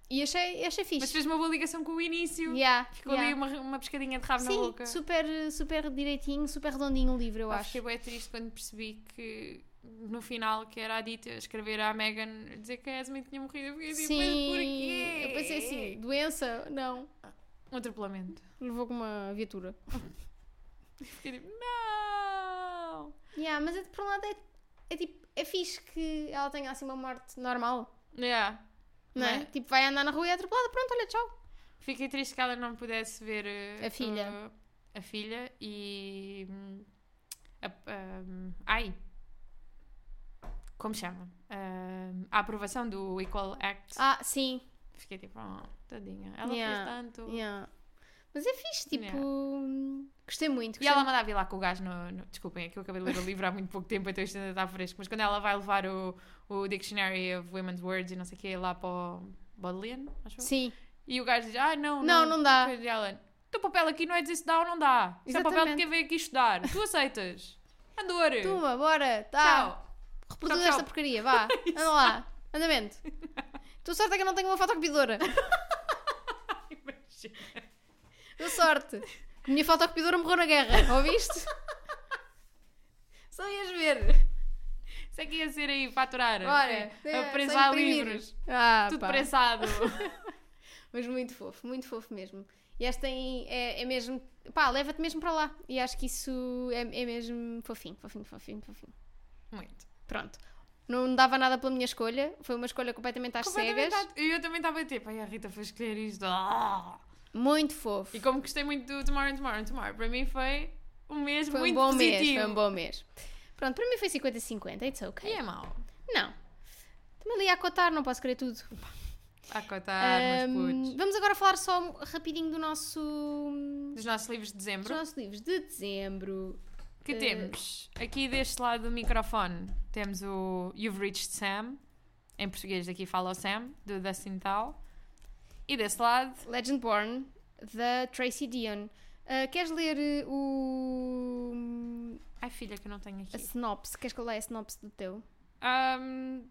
E achei, achei
Mas
fixe.
fez uma boa ligação com o início.
Yeah,
Ficou
yeah.
ali uma, uma pescadinha de rabo na
Sim,
boca.
super, super direitinho, super redondinho o livro, eu
Pá,
acho.
Fiquei bem triste quando percebi que no final que era a Dita escrever à Megan dizer que a Esme tinha morrido. Eu fiquei tipo, mas porquê?
eu pensei assim, doença? Não.
Um atropelamento.
Levou com uma viatura.
Fiquei tipo, não!
Yeah, mas é, por um lado é, é tipo, é fixe que ela tenha assim uma morte normal,
Yeah.
não é?
Não é?
Tipo, vai andar na rua e é atropelada, pronto, olha, tchau.
Fiquei triste que ela não pudesse ver eh,
A filha.
eh, a filha e. hum, a- hum, ai! Como chama? Hum, a aprovação do Equal Act.
Ah, sim,
Fiquei tipo, oh, tadinha. Ela
Yeah,
fez tanto.
yeah. Mas é fixe, tipo,
Yeah.
gostei muito.
E
Gostei
ela mandava ir lá com o gajo no, no- Desculpem, é que eu acabei de ler o livro há muito pouco tempo, então isto ainda está fresco. Mas quando ela vai levar o, o Dictionary of Women's Words e não sei o quê lá para o Bodleian, acho eu.
Sim,
E o gajo diz: Ah, não,
Não, não dá.
Depois Ela, teu papel aqui não é dizer se dá ou não dá. Isso é papel de
Exatamente.
quem veio aqui estudar. Tu aceitas. Andor.
toma, bora, tá.
Tchau.
Reproduz
Tchau, tchau.
esta
<laughs>
porcaria, vá, anda lá, andamento. Estou sorte é que eu não tenho uma fotocopidora.
Imagina.
Deu sorte. A minha fotocopidora morreu na guerra,
<laughs>
ouviste? Só ias ver.
Isso é que ia ser aí para aturar.
Ora, é,
a
só
prensar
imprimir.
livros.
Ah,
Tudo
pá. <laughs>
prensado.
Mas muito fofo, muito fofo mesmo. E esta tem, é, é mesmo. Pá, leva-te mesmo para lá. E acho que isso é, é mesmo fofinho, fofinho, fofinho, fofinho.
Muito.
Pronto. Não dava nada pela minha escolha, foi uma escolha completamente às
Completamente
cegas.
à- Eu também estava tipo, ai, a Rita foi escolher isto. Ah!
Muito fofo.
E como gostei muito do Tomorrow and Tomorrow and Tomorrow, para mim foi um mês
Foi um
muito
bom
positivo.
mês, foi um bom mês. Pronto, para mim foi 50-50, it's
E
ok.
é mau.
Não. Também ali a cotar, não posso querer tudo.
A cotar, meus
Ahm,
putos.
vamos agora falar só um rapidinho do nosso, dos
Dos nossos livros de dezembro.
nossos livros de dezembro.
Que
Eh,
temos? Aqui deste lado do microfone temos o You've Reached Sam, em português aqui fala o Sam, do Dustin Tal. E desse lado,
Legendborn, da Tracy Dion. Ah, queres ler eh, o.
ai filha que eu não tenho aqui.
a sinopse? Queres que eu leia a sinopse do teu?
Ahm,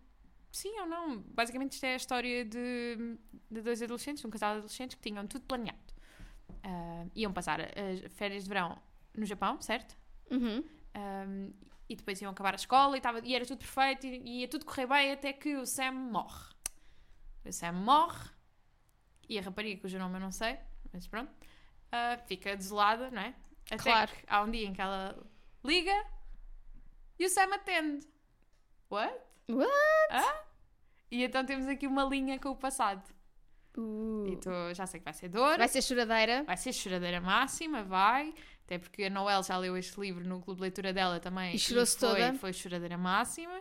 sim ou não? Basicamente isto é a história de, de dois adolescentes, um casal de adolescentes que tinham tudo planeado. Ah, iam passar as férias de verão no Japão, certo?
Uhum.
Um, e depois iam acabar a escola e, tava, e era tudo perfeito e, e ia tudo correr bem até que o Sam morre. O Sam morre e a rapariga, cujo nome eu não sei, mas pronto, ah, fica desolada, não é? Até
Claro.
que há um dia em que ela liga e o Sam atende. What?
What?
Ah? E então temos aqui uma linha com o passado.
Uh.
E tô- já sei que vai ser dor,
Vai ser choradeira.
vai ser choradeira máxima, vai. Até porque a Noel já leu este livro no clube de leitura dela também.
E chorou-se
foi,
toda.
Foi choradeira máxima.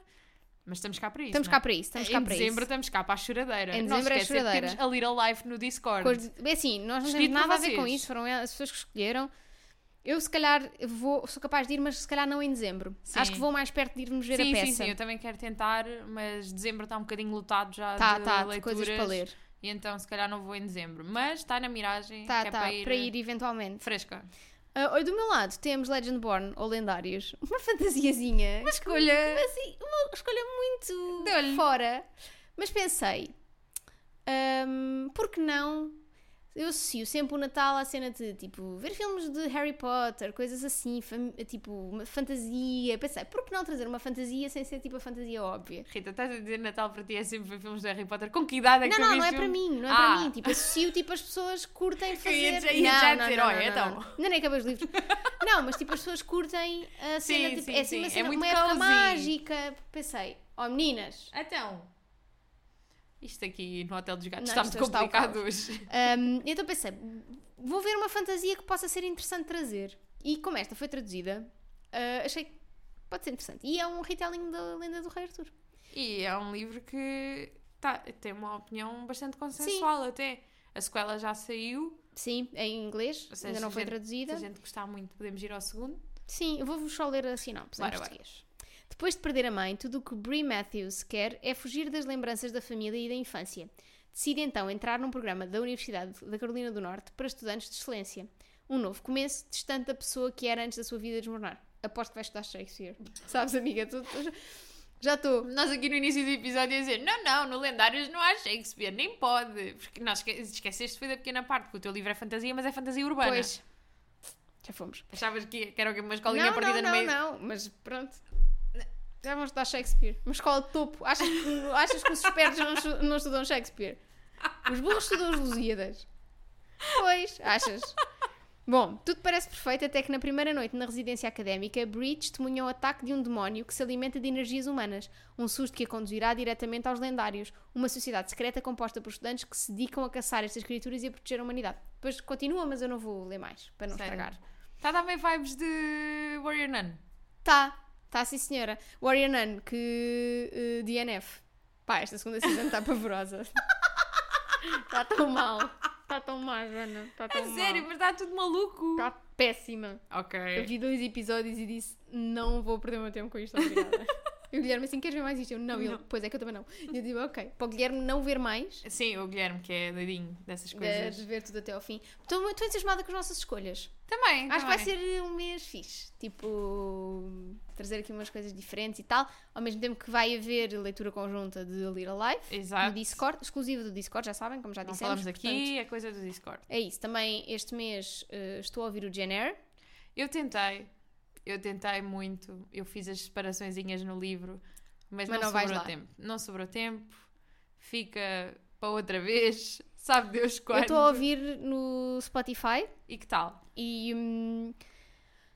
Mas estamos cá para isso.
Estamos
não
cá
é?
para isso, estamos cá
em
para
dezembro
isso.
estamos cá para a choradeira.
Em
Não
dezembro é
esqueça que
choradeira.
Temos a Little Life no Discord.
Cor- Assim, nós não temos
Escolhido por
nada a ver com
vocês.
isso, foram elas- as pessoas que escolheram. Eu, se calhar, vou, sou capaz de ir, mas se calhar não em dezembro.
Sim.
Acho que vou mais perto de irmos ver
sim,
a peça.
sim, sim, eu também quero tentar, mas dezembro está um bocadinho lotado já
Tá,
de
tá, de
leituras.
coisas para ler.
E então se calhar não vou em dezembro. Mas está na miragem,
Tá,
que é
tá,
para ir,
eventualmente.
fresca.
Ah, olha, do meu lado temos Legendborn ou Lendários. Uma fantasiazinha.
Uma escolha.
Assim, uma escolha muito
Deu-lhe.
fora. Mas pensei, hum, por que não? Eu associo sempre o Natal à cena de tipo ver filmes de Harry Potter, coisas assim, fam- tipo uma fantasia. Pensei, por que não trazer uma fantasia sem ser tipo a fantasia óbvia?
Rita, estás a dizer Natal para ti é sempre ver filmes de Harry Potter? Com que idade é que
Não,
tu
não, não
viste
é para
um-
mim, não é
Ah.
para mim. Tipo, associo tipo as pessoas curtem
Eu
fazer.
ia já- ia já dizer, olha, então.
não. Ainda nem acabei os
<laughs>
livros. não, mas tipo, as pessoas curtem a
Sim,
cena, tipo,
sim,
é assim uma
sim, é
cena,
muito
uma época
cozy.
mágica. Pensei, oh meninas,
Então. Isto aqui no Hotel dos Gatos está
Não, isto
muito
está o
complicado hoje.
Hum, então pensei, vou ver uma fantasia que possa ser interessante trazer. E como esta foi traduzida, ah, achei que pode ser interessante. E é um retelling da lenda do Rei Arthur.
<laughs> E é um livro que tá- tem uma opinião bastante consensual até. A sequela já saiu.
Sim, em inglês,
Ou seja,
ainda não
se
foi
a gente- Se
traduzida.
a gente gostar muito, podemos ir ao segundo.
Sim, eu vou-vos só ler a sinopse em
Bora, bora.
português. Depois de perder a mãe, tudo o que Brie Matthews quer é fugir das lembranças da família e da infância. Decide então entrar num programa da Universidade da Carolina do Norte para estudantes de excelência. Um novo começo, distante da pessoa que era antes da sua vida desmoronar. Aposto que vais estudar Shakespeare. Sabes, amiga? Tu- tu- já estou.
Nós aqui no início do episódio a dizer: não, não, no Lendários não há Shakespeare, nem pode. Porque nós esque- esqueceste foi da pequena parte, porque o teu livro é fantasia, mas é fantasia urbana.
Pois. Já fomos.
Achavas que que era uma escolinha
Não,
perdida
não,
no
não,
meio.
não, mas pronto. Já vamos estudar Shakespeare. Uma escola de topo.
<laughs>
Achas que, achas que os espertos não, estu- não estudam Shakespeare? Os burros estudam os Lusíadas. Pois, achas? Bom, tudo parece perfeito até que na primeira noite na residência académica, Bree testemunha o ataque de um demónio que se alimenta de energias humanas, um susto que a conduzirá diretamente aos lendários, uma sociedade secreta composta por estudantes que se dedicam a caçar estas criaturas e a proteger a humanidade. Depois continua, mas eu não vou ler mais, para não
Sério?
estragar.
Está Tá a dar bem vibes de Warrior Nun.
Tá, tá sim senhora. Warrior Nun, que eh, DNF. Pá, esta segunda season está <laughs> pavorosa. Está tão mal. Está tão má, Joana. Está tão
A sério,
mal.
mas está tudo maluco.
Está péssima. Tá. Eu
Ok.
vi dois episódios e disse, não vou perder o meu tempo com isto, obrigada. e o Guilherme assim, queres ver mais isto? Eu, não. E Ele, pois é que eu também não. E eu digo, ok. Para o Guilherme não ver mais, eh,
Sim, o Guilherme, que é doidinho dessas
de,
coisas.
de ver tudo até ao fim. Estou muito entusiasmada com as nossas escolhas.
Também,
Acho que vai
também.
ser um mês fixe. Tipo, trazer aqui umas coisas diferentes e tal. Ao mesmo tempo que vai haver leitura conjunta de Lira Live no
Exato.
Discord, exclusivo do Discord, já sabem, como já
Não
dissemos.
falamos
portanto,
aqui, é coisa do Discord.
é isso. Também este mês eh, estou a ouvir o Gen Air.
Eu tentei, eu tentei muito, eu fiz as separaçõezinhas no livro, mas,
Mas
não,
não vais
sobrou
lá.
tempo. Não sobrou tempo, fica para outra vez, <laughs> sabe Deus quando.
Eu estou a ouvir no Spotify
E que tal?
e hum,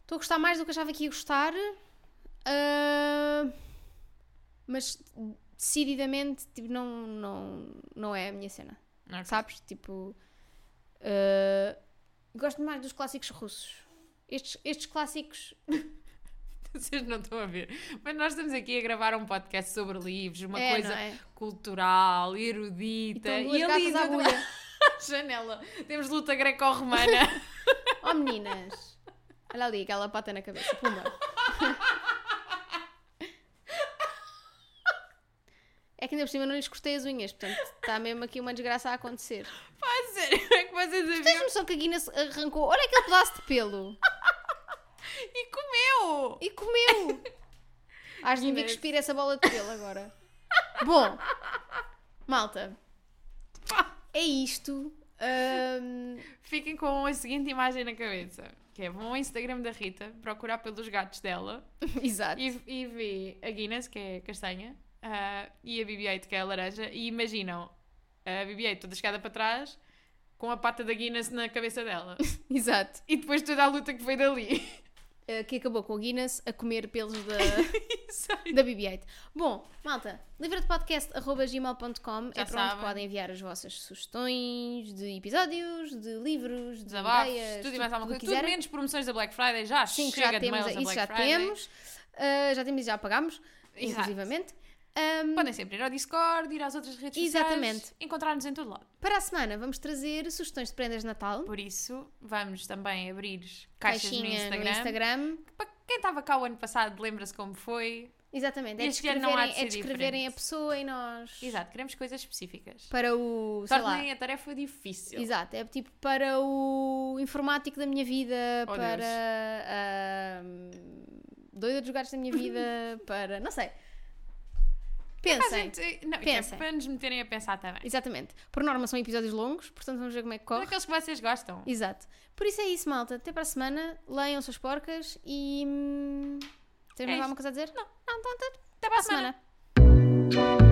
estou a gostar mais do que achava que ia gostar. Ah, mas decididamente tipo, não, não, não é a minha cena.
Ok.
sabes? Tipo, eh, gosto mais dos clássicos russos. Estes, estes clássicos.
<laughs> Vocês não estão a ver. Mas nós estamos aqui a gravar um podcast sobre livros, uma
é,
coisa
não é?
cultural,
E
erudita.
estão duas
ali
gatas à
do-
agulha.
janela <laughs> temos luta greco-romana.
Oh meninas! Olha ali aquela pata na cabeça, pumba! É que ainda por cima não lhes cortei as unhas, portanto está mesmo aqui uma desgraça a acontecer.
<laughs> A sério, é que vocês a
Tens
viram?
noção que a Guinness arrancou, olha aquele pedaço de pelo!
E comeu!
E
<laughs>
comeu! Acho que devia
Guinness.
cuspir essa bola de pelo agora. Bom, malta, é isto. hum,
<laughs>
Ahm,
Fiquem com a seguinte imagem na cabeça, que é vão ao Instagram da Rita, procurar pelos gatos dela
exato.
e, e vê a Guinness, que é castanha, ah, e a BB-8, que é a laranja, e imaginam a BB-8 toda chegada para trás, com a pata da Guinness na cabeça dela. <laughs>
Exato.
E depois toda a luta que veio dali.
Ah, que acabou com o Guinness a comer pelos
<laughs>
da,
Isso aí.
da BB-8. Bom, malta, livradepodcast.gmail.com é
Já
para onde
sabem.
podem enviar as vossas sugestões de episódios, de livros, de
Desabafos,
ideias,
tudo e mais
tudo
alguma
o que
coisa. Tudo
quiserem.
menos promoções da Black Friday, já
Sim, que
chega
já
de
temos,
mails da
isso
Black
já
Friday.
temos. Ah, já temos e já pagámos,
Exato.
inclusivamente. Ahm,
Podem sempre ir ao Discord, ir às outras redes sociais,
Exatamente.
encontrar-nos em todo lado.
Para a semana vamos trazer sugestões de prendas de Natal,
Por isso, vamos também abrir caixas no
caixinha
Instagram.
Instagram.
Para quem estava cá o ano passado, lembra-se como foi.
Exatamente. É
Este ano não há
descreverem, é
de ser
descreverem a
diferente.
pessoa e nós.
Exato, queremos coisas específicas.
Para o. Sei lá.
Tornem a tarefa difícil.
Exato, é tipo para o informático da minha vida,
Oh,
para
Deus.
ah, dois outros lugares da
<laughs>
minha vida, para. não sei.
Mas
Pensem.
gente, não, isto
Pensem.
é para nos meterem a pensar também.
Exatamente. Por norma são episódios longos, portanto vamos ver como é que corre.
Aqueles que vocês gostam.
Exato. Por isso é isso, malta. Até para a semana. Leiam suas porcas e. hum, Temos
É isto.
mais É alguma coisa a dizer? Não. Não, então até, até
para a
semana.
semana.